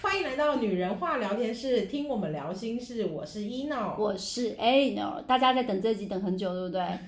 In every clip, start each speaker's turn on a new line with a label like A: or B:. A: 欢迎来到女人话聊天室，听我们聊心事。我是一闹，
B: 我是 A no，大家在等这集等很久，对不对？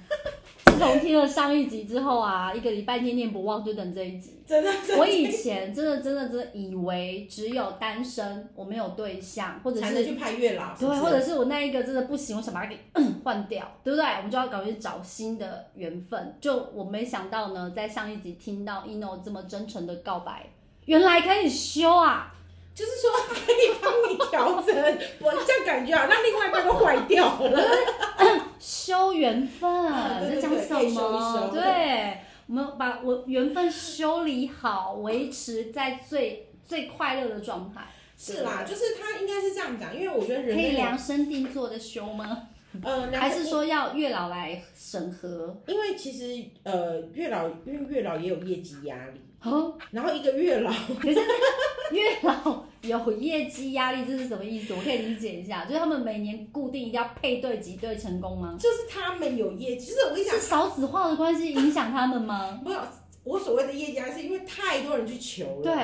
B: 自从听了上一集之后啊，一个礼拜念念不忘，就等这一集。
A: 真的，
B: 我以前真的真的真的以为只有单身，我没有对象，或者
A: 才能
B: 是
A: 去拍月老，是不
B: 对，
A: 是
B: 或者是我那一个真的不行，我想把它给 换掉，对不对？我们就要赶快去找新的缘分。就我没想到呢，在上一集听到 ino 这么真诚的告白，原来可以修啊！
A: 就是说可以帮你调整， 我这样感觉好像另外一半都坏掉了。
B: 修缘分，
A: 啊对
B: 在讲
A: 对对
B: 什
A: 可以修一修
B: 么？对，我们把我缘分修理好，维持在最最快乐的状态，
A: 是啦，就是他应该是这样讲，因为我觉得
B: 可
A: 人
B: 以
A: 类，
B: 量身定做的修吗？
A: 呃，两
B: 还是说要月老来审核？
A: 因为其实呃，月老因为月老也有业绩压力，
B: 哦，
A: 然后一个月老
B: 月老有业绩压力，这是什么意思？我可以理解一下，就是他们每年固定一定要配对几对成功吗？
A: 就是他们有业绩，就是我跟你讲
B: 是，少子化的关系影响他们吗？
A: 不是我所谓的业绩压力，是因为太多人去求了。
B: 对，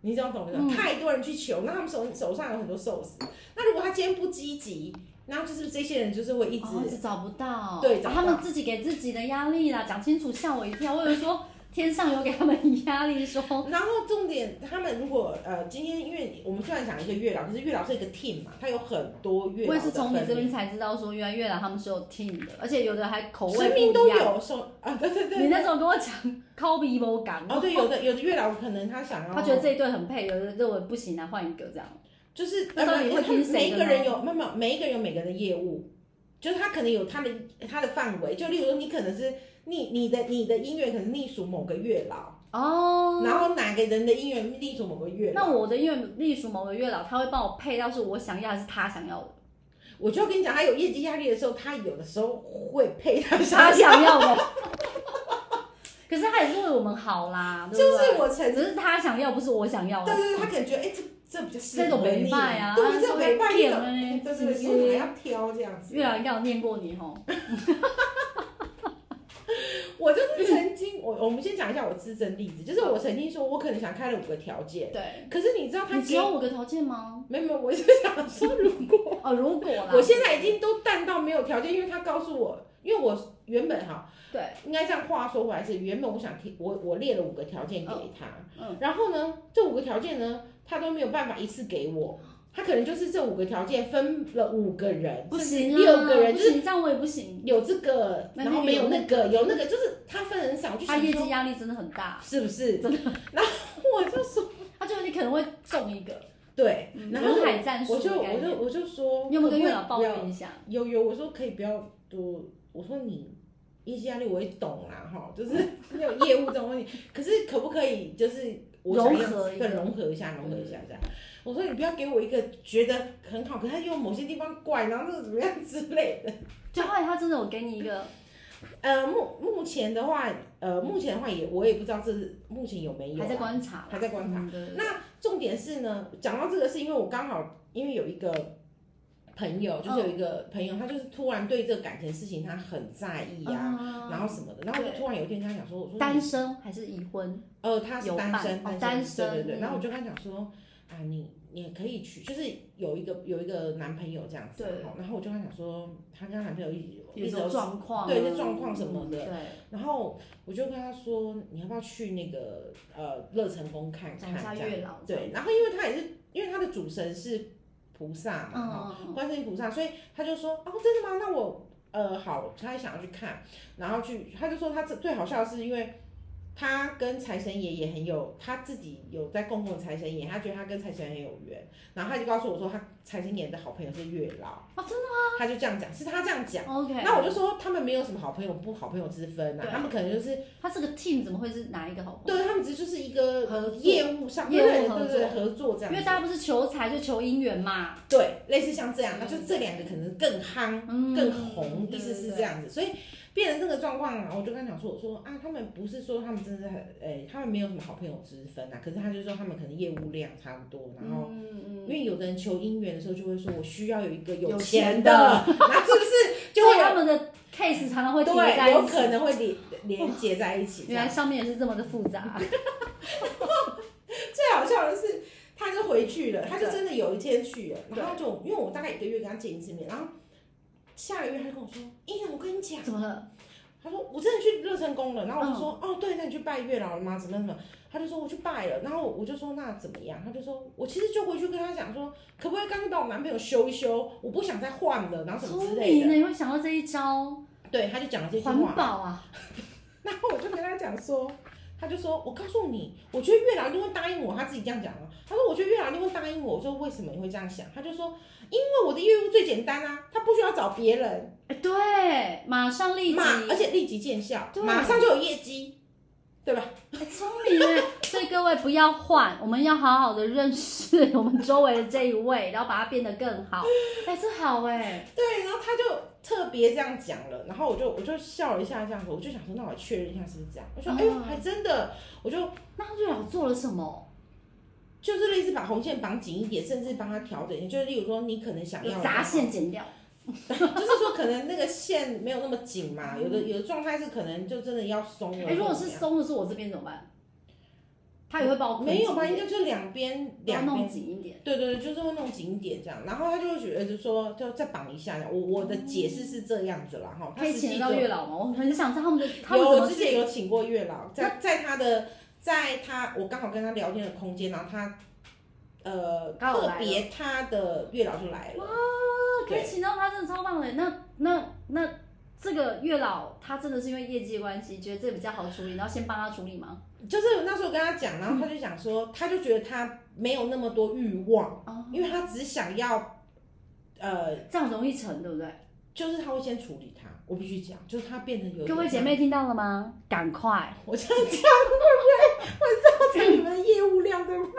A: 你这样懂不懂？
B: 嗯
A: 太多人去求，那他们手手上有很多寿司。那如果他今天不积极，然后就是这些人就是会一直，
B: 哦，一直找不到，
A: 对找
B: 啊
A: 不到
B: 他们自己给自己的压力啦，讲清楚吓我一跳，我有说天上有给他们压力，说
A: 然后重点他们如果呃今天因为我们虽然讲一个月老，可是月老是一个 team 嘛，他有很多月老
B: 我
A: 的
B: 也是从你
A: 分
B: 这边才知道说，原来月老他们是有 team 的，而且有的还口味
A: 神
B: 不一
A: 明都
B: 样。
A: 有手啊，对对
B: 你
A: 对。
B: 那时候跟我讲 copy 不感，
A: 哦，对，有的有的月老可能他想要，
B: 他觉得这一对很配，有的认为不行啊，换一个这样。
A: 就是呃
B: 那到底会听
A: 每
B: 谁
A: 一
B: 的
A: 个
B: 呢
A: 人有没有没有每一个人有每个人的业务，就是他可能有他的他的范围，就例如说你可能是你你的你的音乐可能隶属某个月老，
B: 哦，
A: 然后哪个人的姻缘隶属某个月
B: 那
A: 老，
B: 我的因为隶属某个月老，他会帮我配到是我想要还是他想 要的？
A: 我就跟你讲，他有业绩压力的时候，他有的时候会配他
B: 他
A: 上下。
B: 想要的。可是他也是为我们好啦，
A: 就
B: 对不对
A: 是我曾
B: 只是他想要，不是我想要的
A: 对。对对，他可能觉得哎、这这比较适
B: 嗯这
A: 合
B: 种没
A: 你，
B: 卖啊
A: 对，这
B: 这
A: 种
B: 种
A: 没卖，这
B: 骗
A: 种
B: 欸
A: 对
B: 是
A: 对
B: 不
A: 对，
B: 是
A: 所以还要挑这样子。
B: 月老应该有念过你吼，
A: 我就是曾经，我我们先讲一下我自身例子，就是我曾经说，我可能想开了五个条件，
B: 对，
A: 可是你知道他
B: 你只
A: 给
B: 有五个条件 吗？
A: 没有没有，我是想说，如果
B: 哦，如果啦，
A: 我现在已经都淡到没有条件，因为他告诉我，因为我原本哈
B: 对，
A: 应该这样话说回来是，原本我想提我我列了五个条件给他，
B: 嗯
A: 然后呢，这五个条件呢，他都没有办法一次给我，他可能就是这五个条件分了五个人，
B: 不行啦，
A: 六个人
B: 不
A: 就是
B: 行，这样我也不行。
A: 有这个，
B: 那
A: 然后
B: 那个
A: 没有
B: 有
A: 那个，有那个，就是他分很少，我就
B: 他
A: 想
B: 业绩
A: 说
B: 压力真的很大，
A: 是不 是？真的，然后我就说
B: 他觉得你可能会中一个，
A: 对，
B: 嗯
A: 然后
B: 轮海战术
A: 我就
B: 的
A: 我
B: 概
A: 就
B: 念。
A: 我就说，
B: 你有没有跟月老
A: 可
B: 抱
A: 不可以不要
B: 怨一下？
A: 有有，我说可以不要多，我说你业绩压力我也懂啦，哈， 就是没有业务这种问题，可是可不可以就是我想
B: 融
A: 要
B: 合一
A: 对
B: 个
A: 融合一下，融合一下这样。我说你不要给我一个觉得很好，可是他又某些地方怪，然后那个怎么样之类的。
B: 就后来他真的有给你一个，
A: 呃，目目前的话，呃，目前的话也我也不知道这是目前有没有
B: 还在
A: 啊
B: 观察，
A: 还在观察。
B: 嗯对对对
A: 那重点是呢，讲到这个是因为我刚好因为有一个朋
B: 嗯
A: 友，就是有一个朋友，他就是突然对这个感情事情他很在意啊，
B: 啊
A: 然后什么的，然后我就
B: 对
A: 突然有一天跟他讲说，我说
B: 单
A: 你
B: 身还是已婚？
A: 呃他是
B: 有
A: 单
B: 伴
A: 身，
B: 哦
A: 单
B: 单
A: 对对
B: 身
A: 对，
B: 嗯
A: 然后我就跟他讲说啊你你可以去，就是有一个有一个男朋友这样子嘛，
B: 对
A: 吼然后我就跟他讲说，他跟他男朋友一起
B: 有
A: 一直
B: 时候
A: 有
B: 状况，啊
A: 对这状况什么的
B: 嗯对。
A: 然后我就跟他说，你要不要去那个呃乐成宫看
B: 讲
A: 看
B: 一下
A: 这样？
B: 月老，
A: 对，然后因为他也是因为他的主神是菩萨嘛，哈、
B: 嗯，
A: 观世音菩萨，所以他就说哦，真的吗？那我呃好，他也想要去看，然后去，他就说他最最好笑的是因为。他跟财神爷也很有，他自己有在供奉财神爷，他觉得他跟财神爷有缘，然后他就告诉我说，他财神爷的好朋友是月老，
B: 哦，真的
A: 他就这样讲，是他这样讲。
B: 吗？OK，
A: 那我就说他们没有什么好朋友不好朋友之分啊，
B: 对
A: 他们可能就是
B: 他这个 team 怎么会是哪一个好朋友？
A: 对他们只是就是一个
B: 合作
A: 业务上
B: 业
A: 对
B: 务
A: 对
B: 合
A: 对对合作这
B: 因为
A: 样子，
B: 大家不是求财就求姻缘嘛，
A: 对类似像这样，那就这两个可能更夯。
B: 嗯，
A: 更红，
B: 对
A: 意思是
B: 对
A: 这样子，所以变成这个状况啊，我就跟他讲说，我说啊，他们不是说他们真的很，诶、他们没有什么好朋友之分啊，可是他就说他们可能业务量差不多，然后。因
B: 嗯嗯，
A: 为有的人求姻缘的时候，就会说我需要有一个有
B: 有
A: 钱
B: 钱
A: 的，
B: 的
A: 那是不是就会
B: 所以
A: 有
B: 他们的 case 常常 会叠在
A: 对，有
B: 一
A: 可
B: 起。
A: 能会连连接在一起这
B: 原
A: 样。
B: 来上面也是这么的复杂，
A: 最好笑的是，他就就回去了，他就
B: 对
A: 真的有一天去了，
B: 对
A: 然后他就因为我大概一个月跟他见一次面，然后下个月他就跟我说，依然我跟你讲，
B: 哎怎么了？
A: 他说我真的去热成宫了，然后我就
B: 嗯
A: 说、哦对，那你去拜月老了吗？怎么样怎么样？他就说我去拜了，然后我就说那怎么样？他就说我其实就回去跟他讲说，可不可以干脆把我男朋友修一修，我不想再换了，然后什么之
B: 聪
A: 类
B: 明
A: 的。
B: 呢，你会想到这一招
A: 对，他就讲了这句
B: 环
A: 话，
B: 保啊，
A: 然后我就跟他讲说，他就说我告诉你，我觉得月老一定会答应我，他自己这样讲啊。他说我觉得月老一定会答应我，我说为什么你会这样想？他就说因为我的业务最简单啊，他不需要找别人，
B: 哎对，马上立即，
A: 马而且立即见效，
B: 对
A: 马上就有业绩，对吧？
B: 哎聪明哎， 所以各位不要换，我们要好好的认识我们周围的这一位， 然后把它变得更好。哎，这好哎，
A: 对，然后他就特别这样讲了，然后我就我就笑了一下，这样子，我就想说，那我确认一下是不是这样。我说，哎呦，
B: 嗯
A: 还真的，我就
B: 那月老做了什么？
A: 就是类似把红线绑紧一点，甚至帮他调整一下，就是例如说你可能想要
B: 有杂线，剪掉，
A: 就是说可能那个线没有那么紧嘛，有的有的状态是可能就真的要松了。
B: 嗯哎，如果
A: 或
B: 是
A: 怎么样
B: 松的是我这边怎么办？他也会把我捆
A: 没有
B: 紧
A: 吧，
B: 一
A: 应
B: 点
A: 该就是两边
B: 要
A: 两边
B: 弄紧一点。
A: 对对对，就是会弄紧一点这样，然后他就会觉得就说就再绑一下，我我的解释是这样子啦哈，他
B: 哦可以
A: 实际
B: 请得到
A: 就
B: 月老吗？我很想知道他们的他
A: 有，
B: 们怎
A: 我
B: 么
A: 之前
B: 去。
A: 有请过月老，在在他的在他我刚好跟他聊天的空间，然后他呃
B: 刚好
A: 特
B: 来
A: 别他的月老就来了，
B: 哇，可以请到他真的超棒的。那那那这个月老他真的是因为业绩的关系，觉得这个比较好处理，然后先帮他处理吗？
A: 就是那时候跟他讲，然后他就讲说，他就觉得他没有那么多欲望，
B: 哦，
A: 因为他只想要呃，
B: 这样容易成，对不对？
A: 就是他会先处理他，我必须讲，就是他变得有
B: 各位
A: 点
B: 姐，妹听到了吗？赶 快！
A: 我这样讲会不会会造成你们的业务量对不对？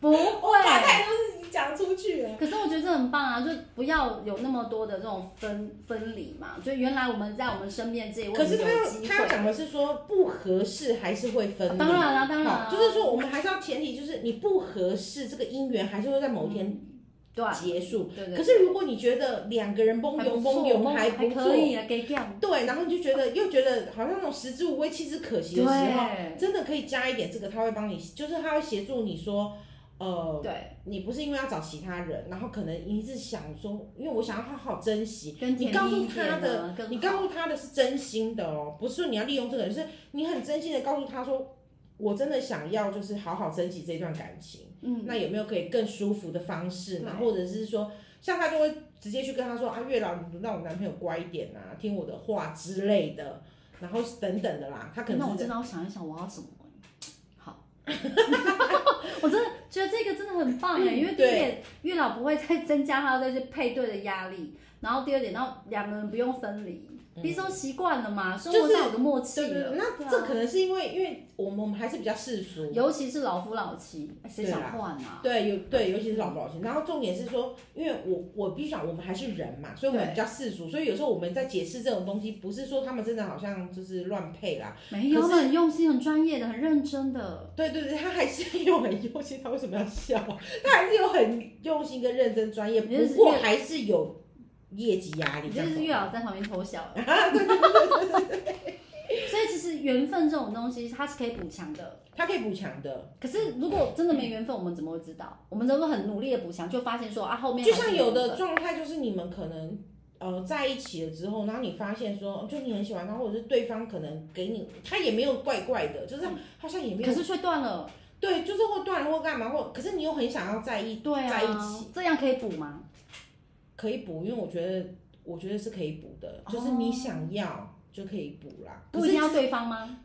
B: 不
A: 我大
B: 会。
A: 概都是你讲出去了，
B: 可是我觉得这很棒啊，就不要有那么多的这种分分离嘛。就原来我们在我们身边这一位，
A: 可是他
B: 有
A: 要
B: 机
A: 他要
B: 会。
A: 讲的是说不合适还是会分离。
B: 当然啦，当然啊
A: 好哦
B: 啦，
A: 就是说我们还是要前提，就是你不合适，这个姻缘还是会在某一天
B: 嗯对啊
A: 结束。
B: 对对。
A: 可是如果你觉得两个人崩
B: 还不
A: 油
B: 错
A: 崩油
B: 还
A: 不错
B: 可，以啊，给酱。
A: 对，然后你就觉得又觉得好像那种食之无味弃之可惜的时候，
B: 对
A: 真的可以加一点这个，他会帮你，就是他会协助你说，呃，
B: 对，
A: 你不是因为要找其他人，然后可能你一直想说，因为我想要好好珍惜，
B: 跟
A: 你
B: 甜
A: 告
B: 蜜
A: 诉
B: 一点
A: 他的
B: 啊，更
A: 你
B: 好
A: 告诉他的是真心的哦，不是你要利用这个人，是你很真心的告诉他说，我真的想要就是好好珍惜这段感情，
B: 嗯，
A: 那有没有可以更舒服的方式呢？
B: 对
A: 或者是说，像他就会直接去跟他说啊，月老，你让我男朋友乖一点啊，听我的话之类的，然后等等的啦，他可
B: 那
A: 能
B: 我
A: 是
B: 真的要想一想我要什么欸。 好，我真的觉得这个真的很棒哎，因为第一
A: 嗯对
B: 点，月老不会再增加他这些配对的压力，然后第二点，然后两个人不用分离，彼此都习惯了嘛，生活
A: 嗯就是
B: 上有个默契
A: 对对
B: 了。
A: 对，那
B: 对啊
A: 这可能是因为因为我们我们还是比较世俗，
B: 尤其是老夫老妻，哎谁
A: 对
B: 想
A: 啦
B: 换啊？
A: 对，有对，尤其是老夫老妻。然后重点是说，因为我我必须讲，我们还是人嘛，所以我们
B: 对
A: 比较世俗，所以有时候我们在解释这种东西，不是说他们真的好像就是乱配啦。
B: 没有，
A: 可
B: 他
A: 是
B: 们很用心、很专业的、很认真的。
A: 对对对，他还是有很用心，他为什么要笑？他还是有很用心跟认真专业，
B: 你这
A: 不
B: 是
A: 过
B: 越
A: 还是有业绩压力
B: 你
A: 这
B: 就
A: 样
B: 是
A: 子。
B: 月老在旁边偷笑 了。所以其实缘分这种东西，它是可以补强的。
A: 他可以补强的，
B: 可是如果真的没缘分，我们怎么会知道？我们都是很努力的补强，就发现说啊，后面
A: 就
B: 还是
A: 像有的
B: 缘分
A: 状态就是你们可能。呃，在一起了之后，然后你发现说，哦就你很喜欢他，或者是对方可能给你，他也没有怪怪的，就是好像也没有
B: 嗯可是却断了，
A: 对，就是会断了或干嘛，或可是你又很想要在意，
B: 对啊，
A: 在一起
B: 这样可以补吗？
A: 可以补，因为我觉得我觉得是可以补的，
B: 哦
A: 就是你想要就可以补啦。
B: 不
A: 可
B: 一
A: 是
B: 定要对方吗？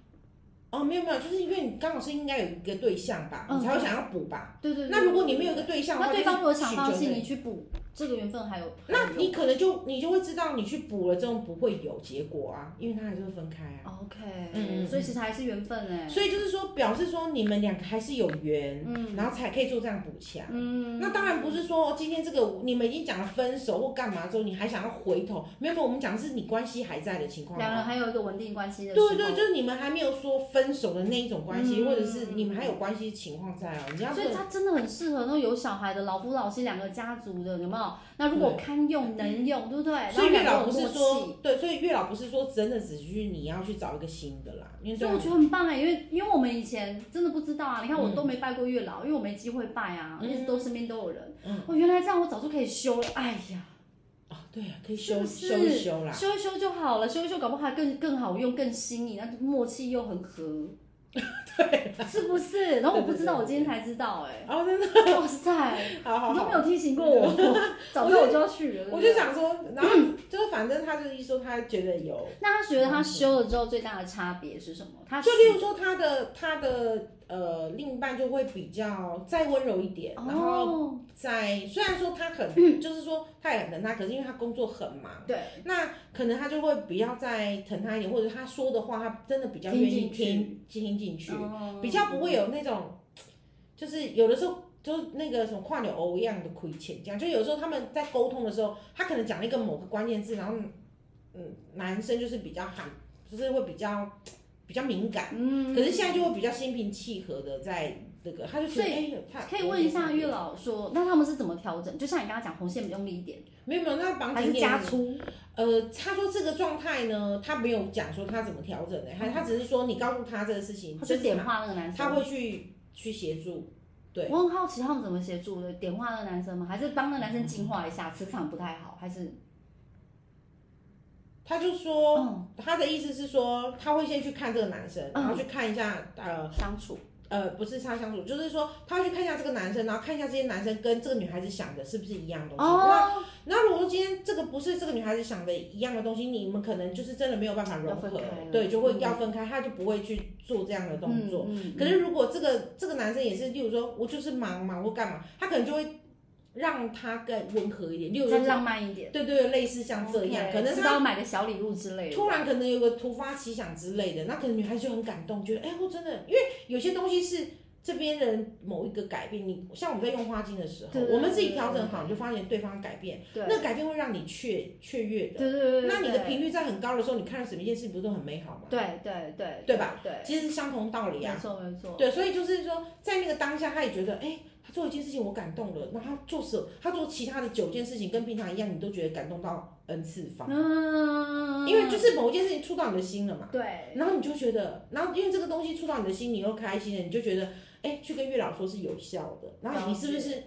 A: 哦，没有没有，就是因为你刚好是应该有一个对象吧，
B: 嗯
A: 你才会想要补吧。
B: 对对对。
A: 那如果你没有一个对象的
B: 那
A: 话，
B: 对方如果想放
A: 就是
B: 弃
A: 取决
B: 你
A: 于，
B: 去补这个缘分，还有
A: 那
B: 还有
A: 你可能就你就会知道你去补了之后不会有结果啊，因为他还是会分开
B: 哦
A: 啊。
B: OK，、
A: 嗯
B: 所以其实还是缘分哎、
A: 所以就是说，表示说你们两个还是有缘，
B: 嗯
A: 然后才可以做这样补强。
B: 嗯，
A: 那当然不是说哦今天这个你们已经讲了分手或干嘛之后，你还想要回头？没有没有，我们讲的是你关系还在的情况
B: 两人
A: 下。
B: 还有一个稳定关系的时候，
A: 对对，就是你们还没有说分手的那一种关系，
B: 嗯
A: 或者是你们还有关系情况在哦。你要
B: 所以他真的很适合那种有小孩的老夫老妻两个家族的，有没有？哦。那如果堪用能用，对不对？然
A: 所
B: 后
A: 以月
B: 两个
A: 老
B: 有
A: 不
B: 默
A: 是
B: 契。
A: 说对，所以月老不是说真的只是你要去找一个新的啦，因为
B: 所
A: 对
B: 以
A: 我
B: 我觉得很棒哎，因为因为我们以前真的不知道啊，你看我
A: 嗯
B: 都没拜过月老，因为我没机会拜啊，一直都身边都有人。
A: 嗯
B: 哦，原来这样，我早就可以修了。哎呀，
A: 啊，对啊，可以
B: 是
A: 修
B: 不
A: 修一
B: 是
A: 修啦。
B: 修一修就好了，修一修搞不好还更更好用、更新颖，那默契又 很合，对，是不是？然后我不知道，我今天才知道 哎、
A: 哦，真的，
B: 哇塞，
A: 好好
B: 你都没
A: 好。
B: 有提醒过 我，早知道我就要去了。
A: 我就
B: 对不对
A: 想说，然后就是反正他就是一说他觉得有，
B: 那他觉得他修了之后最大的差别是什么？他
A: 就例如说他的他的呃另一半就会比较再温柔一点，然后
B: 哦，
A: 在虽然说他 很，就是说他也很疼他，可是因为他工作很忙，
B: 对，
A: 那可能他就会比较再疼他一点，或者他说的话他真的比较
B: 听
A: 愿意
B: 进去
A: 听听进去，
B: 哦
A: 比较不会有那种，就是有的时候。就是那个什么跨牛欧一样的亏欠，这样就有时候他们在沟通的时候，他可能讲了一个某个关键字，然后嗯，男生就是比较喊，就是会比较比较敏感，
B: 嗯
A: 可是现在就会比较心平气和的在那个，他就觉得
B: 所以
A: 哎有他
B: 可以问一下月老说，那他们是怎么调整？就像你刚刚讲，红线用力一点，
A: 没有没有，那绑
B: 还
A: 紧
B: 是
A: 一点
B: 加粗？
A: 呃，他说这个状态呢，他没有讲说他怎么调整的、他他只是说你告诉他这个事情，
B: 他
A: 就
B: 就是点
A: 他
B: 化那个男生。
A: 他会去去协助，对，
B: 我很好奇他们怎么协助的，点化那个男生吗？还是帮那个男生净化一下，磁场不太好，还是
A: 他就说、
B: 嗯
A: 他的意思是说他会先去看这个男生，然后去看一下、呃
B: 相处？
A: 呃不是他相处，就是说他会去看一下这个男生，然后看一下这些男生跟这个女孩子想的是不是一样的东西。那
B: 哦，
A: 那如果说今天这个不是这个女孩子想的一样的东西，你们可能就是真的没有办法融
B: 要
A: 合
B: 分开了，
A: 对，就会
B: 嗯
A: 要分开，他就不会去做这样的动作。
B: 嗯嗯
A: 可是如果这个这个男生也是，例如说我就是忙嘛，或干嘛，他可能就会让他更温和一点，例如
B: 再
A: 说，
B: 浪漫一点，
A: 对对，类似像这样
B: OK，
A: 可能
B: 知
A: 他。
B: 道买个小礼物之类的。
A: 突然可能有个突发奇想之类的，那可能女孩子就很感动，觉得哎、我真的，因为有些东西是这边人某一个改变，你像我们在用花精的时候，
B: 对对
A: 我们自己
B: 对
A: 调整好，你就发现对方改变，
B: 对
A: 那改变会让你雀雀跃的。
B: 对对对对，
A: 那你的
B: 对
A: 频率在很高的时候，你看到什么一件事不是都很美好吗？
B: 对对对
A: 对吧？
B: 对，
A: 其实是相同道理
B: 没
A: 啊。
B: 错没错。
A: 对，所以就是说，在那个当下，他也觉得，哎、他做一件事情我感动了，然后他做什，他做其他的九件事情跟平常一样，你都觉得感动到 n 次方，
B: 嗯，
A: 因为就是某一件事情触到你的心了嘛。
B: 对，
A: 然后你就觉得，然后因为这个东西触到你的心，你又开心了，你就觉得，哎，去跟月老说是有效的。然后你是不是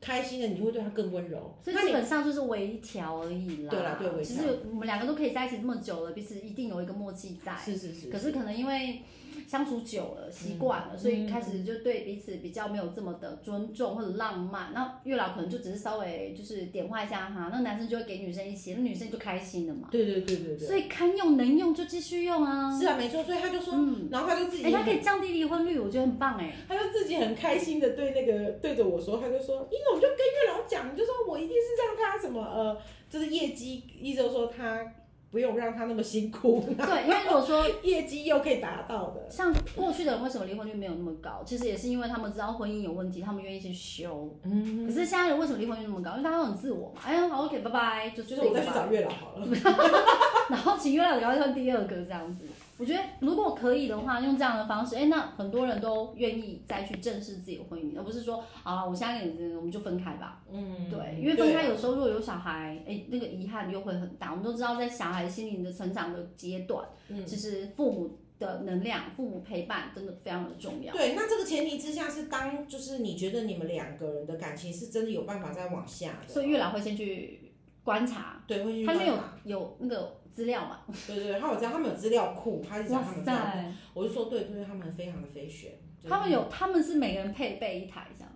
A: 开心了，你就会对他更温柔？
B: 所以
A: 那
B: 基
A: 你
B: 本上就是微调而已啦。
A: 对啦对微调
B: 其实我们两个都可以在一起这么久了，彼此一定有一个默契在。
A: 是是嗯是，
B: 可是可能因为相处久了，习惯了，所以开始就对彼此比较没有这么的尊重或者浪漫。那月老可能就只是稍微就是点化一下哈，那男生就会给女生一些，那女生就开心了嘛。
A: 对对对对对，
B: 所以堪用能用就继续用啊。
A: 是啊，没错。所以他就说，
B: 嗯，
A: 然后他就自己
B: 哎、，它可以降低离婚率，我觉得很棒哎、
A: 他就自己很开心的对那个对着我说，他就说，因为我就跟月老讲，就说我一定是让他什么呃，就是业绩，意思就是说他不用让他那么辛苦，
B: 对，因为如果说
A: 业绩又可以达到的。
B: 像过去的人为什么离婚率没有那么高，其实也是因为他们知道婚姻有问题，他们愿意去修。
A: 嗯，
B: 可是现在人为什么离婚率那么高？因为大家都很自我嘛。哎呀，好，OK，拜拜，就
A: 就
B: 就是
A: 我再
B: 拜
A: 去
B: 拜
A: 找月老好
B: 嗯
A: 了。
B: 然后请月亮聊一换第二个这样子。我觉得如果可以的话，用这样的方式，哎，那很多人都愿意再去正视自己的婚姻，而不是说啊，我现在跟你，我们就分开吧。
A: 嗯，啊
B: 对，因为分开有时候如果有小孩，哎，那个遗憾又会很大。我们都知道，在小孩心灵的成长的阶段，
A: 嗯
B: 其实父母的能量、父母陪伴真的非常的重要。
A: 对，那这个前提之下是当就是你觉得你们两个人的感情是真的有办法再往下的，哦
B: 所以月老会先去观察，
A: 对会去
B: 他
A: 观
B: 那有
A: 察，
B: 有那个资料嘛？
A: 对对对，他有知道他们有资料库，他是讲
B: 哇
A: 他们资料库，
B: 塞，
A: 我就说对对，他们非常的飞旋，就是
B: 他们有，他们是每个人配备一台这样。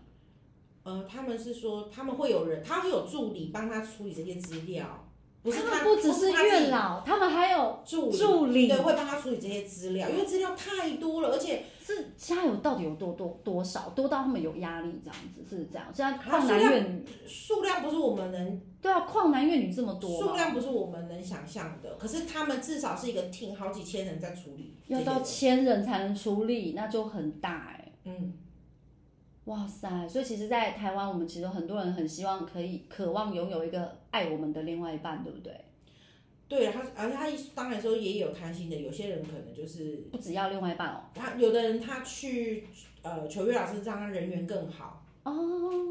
A: 呃，他们是说他们会有人，他会有助理帮他处理这些资料，不是
B: 他们
A: 他
B: 不只
A: 是
B: 是
A: 他自己
B: 月老，他们还有
A: 助理
B: 助理
A: 对，会帮他处理这些资料，因为资料太多了，而且
B: 是家有到底有多多多少，多到他们有压力这样子，是这样。现在
A: 啊
B: 旷
A: 数
B: 男
A: 量
B: 怨女，
A: 数量不是我们能
B: 对啊，旷男怨女这么多
A: 数
B: 吗，
A: 量不是我们能想象的，可是他们至少是一个 team，好几千人在处理这
B: 要
A: 个。
B: 到千人才能处理，那就很大哎、
A: 嗯，
B: 哇塞！所以其实，在台湾，我们其实很多人很希望可以渴望拥有一个爱我们的另外一半，对不对？
A: 对，他而且他一当然说也有贪心的，有些人可能就是
B: 不只要另外一半哦，
A: 他有的人他去呃求月老师让他人缘更好，
B: 哦，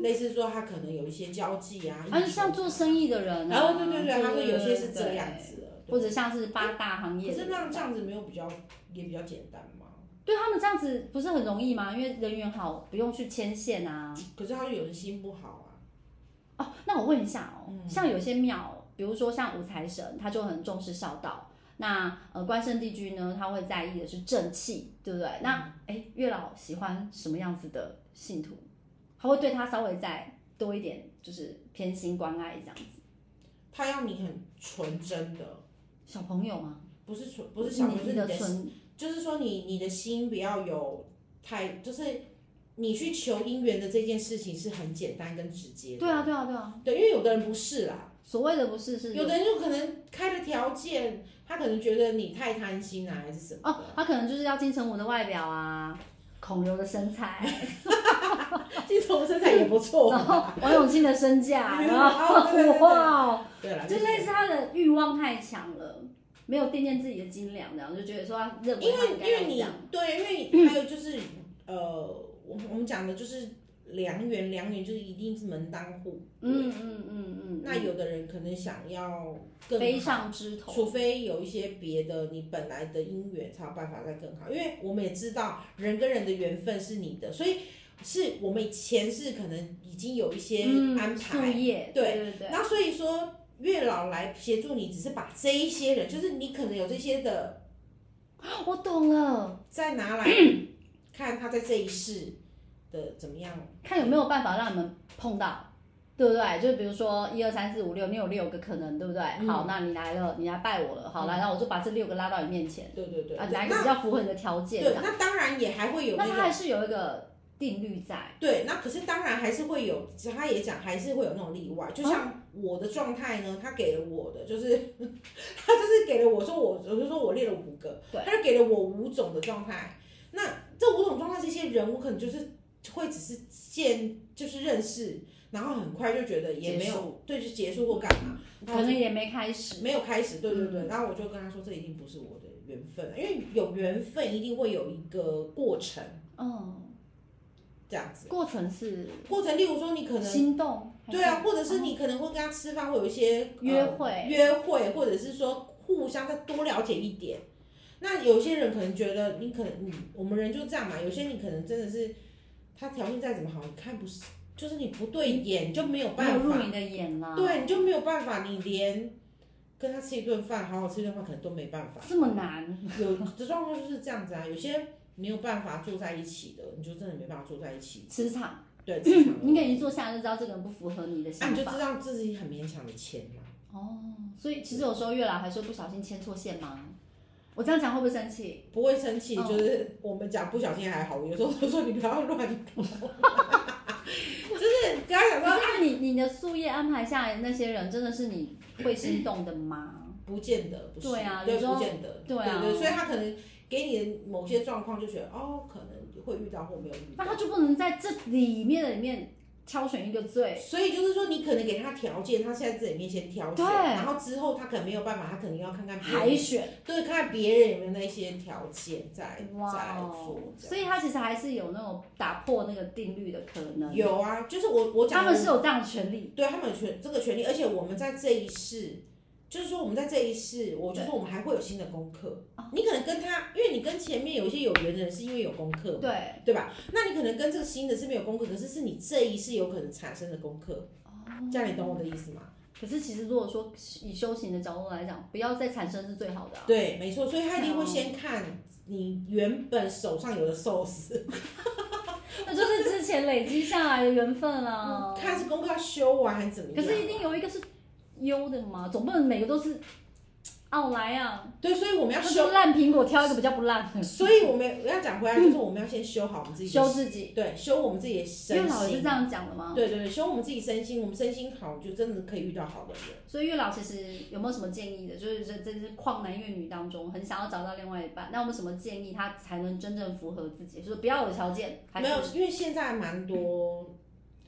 A: 类似说他可能有一些交际啊，
B: 而且像做生意的人、啊，
A: 然后哦对对对，他会有些是
B: 对
A: 这样，子的，
B: 或者像是八大行
A: 对
B: 业
A: 可
B: 的
A: 是
B: 人，
A: 那这样子没有比较也比较简单嘛？
B: 对他们这样子不是很容易吗？因为人缘好，不用去牵线啊。
A: 可是他有人心不好啊，
B: 哦，那我问一下哦，
A: 嗯
B: 像有些庙，比如说像五财神，他就很重视孝道。那呃，关圣帝君呢，他会在意的是正气，对不对？那
A: 嗯
B: 哎，月老喜欢什么样子的信徒？他会对他稍微再多一点，就是偏心关爱这样子。
A: 他要你很纯真的，
B: 小朋友吗？
A: 不是纯不是小，就是
B: 你
A: 你
B: 的
A: 的，
B: 纯
A: 就是说你你的心不要有太，就是你去求姻缘的这件事情是很简单跟直接的，
B: 对啊，对啊，对啊。
A: 对，因为有的人不是啦，
B: 所谓的不是是
A: 有的人就可能开了条件，他可能觉得你太贪心啊，还是什么
B: 哦，他可能就是要金城武的外表啊，孔刘的身材，
A: 的。其实我身材也不错
B: 然， 后哦王永庆的身价，
A: 嗯
B: 然后
A: 哦对对对对
B: 哇，
A: 对啦，
B: 就
A: 就是
B: 类似他的欲望太强了，没有掂掂自己的斤两，然后就觉得说他认为
A: 因
B: 他
A: 为
B: 应该
A: 因为
B: 要这
A: 你
B: 样
A: 对，因为还有就是呃，我我们讲的就是良缘，良缘就是一定是门当户。
B: 嗯嗯嗯嗯，
A: 那有的人可能想要更
B: 飞
A: 好，
B: 上枝头，
A: 除非有一些别的你本来的姻缘才有办法再更好，因为我们也知道人跟人的缘分是你的，所以是我们前世可能已经有一些
B: 嗯，
A: 安排。
B: 树叶，
A: 对
B: 对对对，
A: 那所以说，月老来协助你，只是把这一些人，就是你可能有这些的，
B: 哦我懂了，
A: 再拿来看他在这一世的怎么样。
B: 看有没有办法让你们碰到。对不对？就比如说一二三四五六，你有六个可能，对不对？
A: 嗯
B: 好，那你来了，你来拜我了，好，来，那我就把这六个拉到你面前。
A: 对对对，
B: 啊，
A: 对
B: 哪个比
A: 那
B: 较符合你的条件
A: 对，
B: 的？
A: 那当然也还会有
B: 那
A: 那
B: 它
A: 种。
B: 还是有一个定律在。
A: 对，那可是当然还是会有，他也讲还是会有那种例外。
B: 嗯
A: 就像我的状态呢，他给了我的就是，他就是给了我说我，我就说我列了五个，
B: 对
A: 他就给了我五种的状态。那这五种状态，这些人我可能就是会只是见，就是认识，然后很快就觉得也没
B: 结嗯
A: 有对，就结束或干嘛，然
B: 可
A: 后
B: 能也没开始，
A: 没有开始，对对
B: 嗯
A: 对。然后我就跟他说，这一定不是我的缘分，啊因为有缘分一定会有一个过程，
B: 嗯，
A: 这样子。
B: 过程是
A: 过程，例如说你可能
B: 心动，
A: 对啊，或者是你可能会跟他吃饭，会有一些、
B: 还
A: 呃
B: 是哦约会，
A: 约会，或者是说互相再多了解一点。那有些人可能觉得你可能你我们人就这样嘛，有些你可能真的是他条件再怎么好，你看不是，就是你不对眼你就没有
B: 没有
A: 办
B: 入
A: 法，
B: 你的眼啊啦，，
A: 对，你就没有办法，你连跟他吃一顿饭，好好吃一顿饭可能都没办法。
B: 这么难，
A: 有的状况就是这样子啊，有些没有办法坐在一起的，你就真的没办法坐在一起。
B: 磁场，
A: 对， 职场
B: 你可能一坐下来就知道这个人不符合你的
A: 那、
B: 想
A: 你就
B: 法。
A: 知道自己很勉强的签嘛。
B: 哦，所以其实有时候月老还是会不小心牵错线吗？我这样讲会不会生气？
A: 不会生气，
B: 嗯
A: 就是我们讲不小心还好，有时候都说你不要乱搞，就是跟他讲
B: 可是
A: 说
B: 那你你的宿业安排下来的那些人，真的是你会心动的吗？
A: 不见得，不是，
B: 对啊有时候
A: 不见得，
B: 对啊
A: 对，所以他可能给你的某些状况就觉得哦，可能会遇到或没有遇
B: 那
A: 到，
B: 他就不能在这里面的里面挑选一个最
A: 所以就是说你可能给他条件，他现在自己面前挑选，
B: 对
A: 然后之后他可能没有办法，他可能要看看别
B: 海
A: 人，
B: 选。
A: 对，看看别人有没有那些条件再再来做
B: 哦，
A: 这
B: 所
A: 样
B: 以他其实还是有那种打破那个定律的可能。
A: 有啊，就是我我
B: 他
A: 讲的
B: 们是有这样的权利。
A: 对他们有权这个权利，而且我们在这一世，就是说我们在这一世，我就说我们还会有新的功课。
B: 哦
A: 你可能跟他，因为你跟前面有一些有缘的人是因为有功课，
B: 对，
A: 对吧？那你可能跟这个新的是没有功课，可是是你这一世有可能产生的功课。
B: 哦
A: 这样你懂我的意思吗？
B: 可是其实如果说以修行的角度来讲，不要再产生是最好 的啊、
A: 对，没错，所以他一定会先看你原本手上有的寿司，
B: 那就是之前累积下来的缘分啊。
A: 看是功课要修完还是怎么样。
B: 可是一定有一个是优的嘛，总不能每个都是奥莱啊，
A: 对，所以我们要
B: 那
A: 修
B: 就，烂苹果挑一个比较不烂的，
A: 所以我们要讲回来，就是我们要先修好我们自己的，
B: 修自己。
A: 对，修我们自己的
B: 月
A: 身
B: 老也
A: 心
B: 是这。样讲的吗？
A: 对对对，修我们自己身心，我们身心好，就真的可以遇到好的人。
B: 所以月老其实有没有什么建议的？就是这这是旷男怨女当中很想要找到另外一半，那我们什么建议他才能真正符合自己？就是不要有条件，还
A: 没有
B: 是，
A: 因为现在蛮多，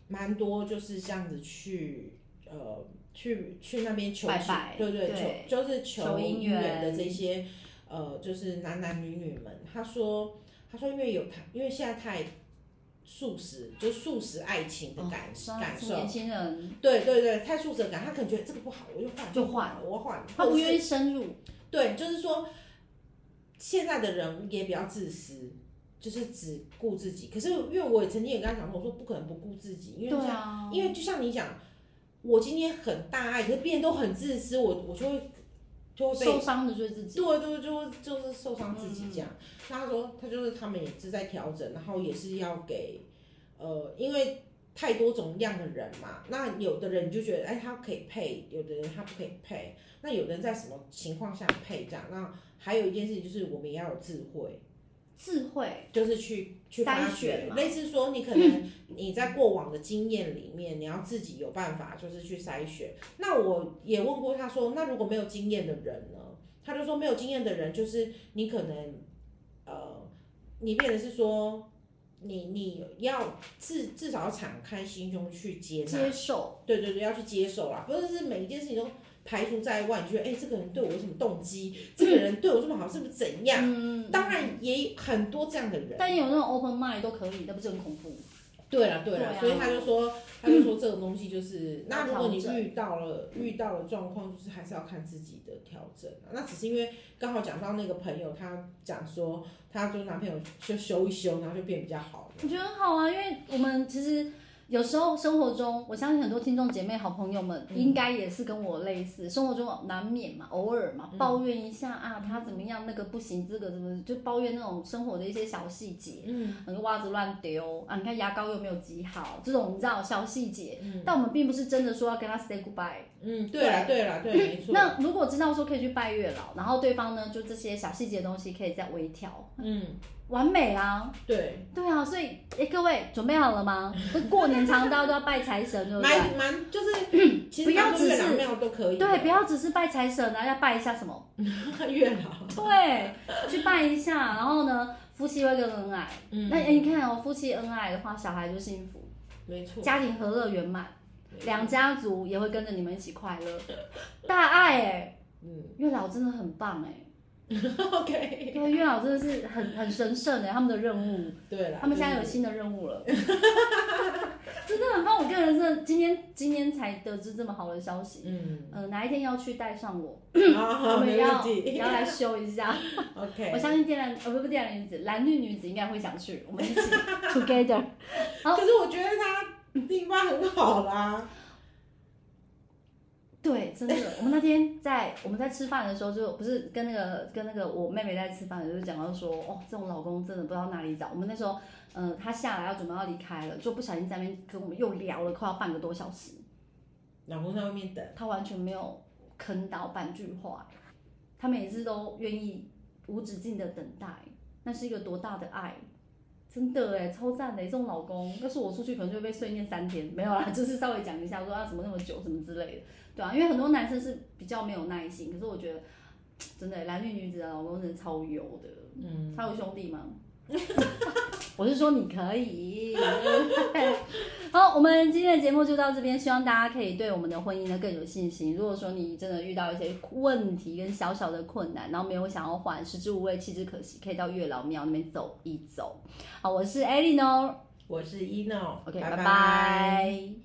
A: 蛮多就是这样子去，呃，去去那边求
B: 拜
A: 助
B: 拜
A: 对对，
B: 对
A: 求就是
B: 求
A: 求
B: 姻
A: 姻
B: 缘
A: 缘的这些，呃，就是男男女女们，他说他说因为有他，因为现在太素食，就素食爱情的
B: 哦
A: 感、
B: 是啊
A: 感
B: 是
A: 受。
B: 年轻人
A: 对对对，太素食的感，他可能觉得这个不好，我就换，
B: 就换，
A: 我换，
B: 他不
A: 或者是
B: 愿意深入，
A: 对，就是说，现在的人也比较自私，就是只顾自己。可是因为我也曾经也跟他讲过，我说不可能不顾自己，因为就
B: 对
A: 像、
B: 啊，
A: 因为就像你讲，我今天很大爱，可是别人都很自私，我我就会就会被
B: 受伤的就是自己，
A: 对对，就就是受伤自己这样。那他说他就是他们也是在调整，然后也是要给呃，因为太多种样的人嘛，那有的人你就觉得哎他可以配，有的人他不可以配，那有的人在什么情况下配这样。那还有一件事情就是我们也要有智慧，
B: 智慧，
A: 就是去去
B: 筛
A: 发
B: 选
A: 掘，
B: 嘛
A: 类似说你可 能你在过往的经验里面，你要自己有办法就是去筛选。那我也问过他说，那如果没有经验的人呢？他就说没有经验的人就是你可能呃，你变得是说你你要至至少要敞开心胸去接纳，
B: 接受，
A: 对对对，要去接受啦，不是是每一件事情都。排除在外，你觉得哎、这个人对我有什么动机？这个人对我这么好，是不是怎样？
B: 嗯，
A: 当然也很多这样的人，
B: 但也有那种 open mind 都可以，那不是很恐怖？
A: 对了对
B: 对
A: 了，
B: 啊
A: 所以他就说，他就说这种东西就是，
B: 要
A: 那如果你
B: 调整
A: 遇到了遇到了状况，就是还是要看自己的调整啊。那只是因为刚好讲到那个朋友，他讲说，他就男朋友就修一修，然后就变比较好了。
B: 我觉得很好啊，因为我们其实有时候生活中，我相信很多听众姐妹、好朋友们
A: 嗯
B: 应该也是跟我类似，生活中难免嘛，偶尔嘛
A: 嗯
B: 抱怨一下啊，他怎么样，那个不行，这个怎么就抱怨那种生活的一些小细节，
A: 嗯
B: 那个袜子乱丢啊，你看牙膏又没有挤好，这种你知道小细节。
A: 嗯
B: 但我们并不是真的说要跟他 say goodbye，
A: 嗯，对了对了对，没错。
B: 那如果知道说可以去拜月老，然后对方呢就这些小细节的东西可以再微调，
A: 嗯，
B: 完美啦、
A: 对，
B: 对啊，所以哎，各位准备好了吗？不是过年常大家都要拜财神，对不对？
A: 蛮蛮就是，其实
B: 不要
A: 蛮多
B: 只
A: 月
B: 是
A: 老庙都可以啊的，
B: 对，不要只是拜财神啊，要拜一下什么？
A: 月老。
B: 对，去拜一下，然后呢，夫妻会更恩爱。
A: 嗯，
B: 那、诶你看哦，夫妻恩爱的话，小孩就幸福，
A: 没错，
B: 家庭和乐圆满，
A: 没错
B: 两家族也会跟着你们一起快乐，大爱哎、
A: 嗯
B: 月老真的很棒哎、
A: ，OK，
B: 因为月老真的是很很神圣哎、他们的任务。
A: 对嗯了，
B: 他们现在有新的任务了， 真的很棒！我个人真的今天今天才得知这么好的消息。
A: 嗯，
B: 呃，哪一天要去带上我，我
A: 好，
B: 嗯们也
A: 哦没问
B: 要
A: 题
B: 也要来修一下。
A: ，OK
B: 我。相信电蓝呃不不电蓝女子，蓝绿女子应该会想去，我们一 起 together。好
A: 可是我觉得他地方很好啦，
B: 对，真的，我们那天在我们在吃饭的时候就，不是跟那个跟那个我妹妹在吃饭的时候就讲到说，哦，这种老公真的不知道哪里找。我们那时候，呃，她下来要准备要离开了，就不小心在那边跟我们又聊了快要半个多小时。
A: 老公在外面等，
B: 他完全没有坑到半句话，他每次都愿意无止境的等待，那是一个多大的爱，真的哎，超赞的！这种老公，要是我出去可能就会被碎念三天，没有啦，就是稍微讲一下说啊怎么那么久什么之类的，对啊，因为很多男生是比较没有耐心，可是我觉得真的蓝绿女子的老公真的超油的，
A: 嗯，
B: 他有兄弟吗？ 我是说你可以。 好，我们今天的节目就到这边，希望大家可以对我们的婚姻呢更有信心。如果说你真的遇到一些问题跟小小的困难，然后没有想要还，食之无味，弃之可惜，可以到月老庙那边走一走。好，我是 Ellie 呢
A: 我是一诺
B: ，OK，
A: 拜
B: 拜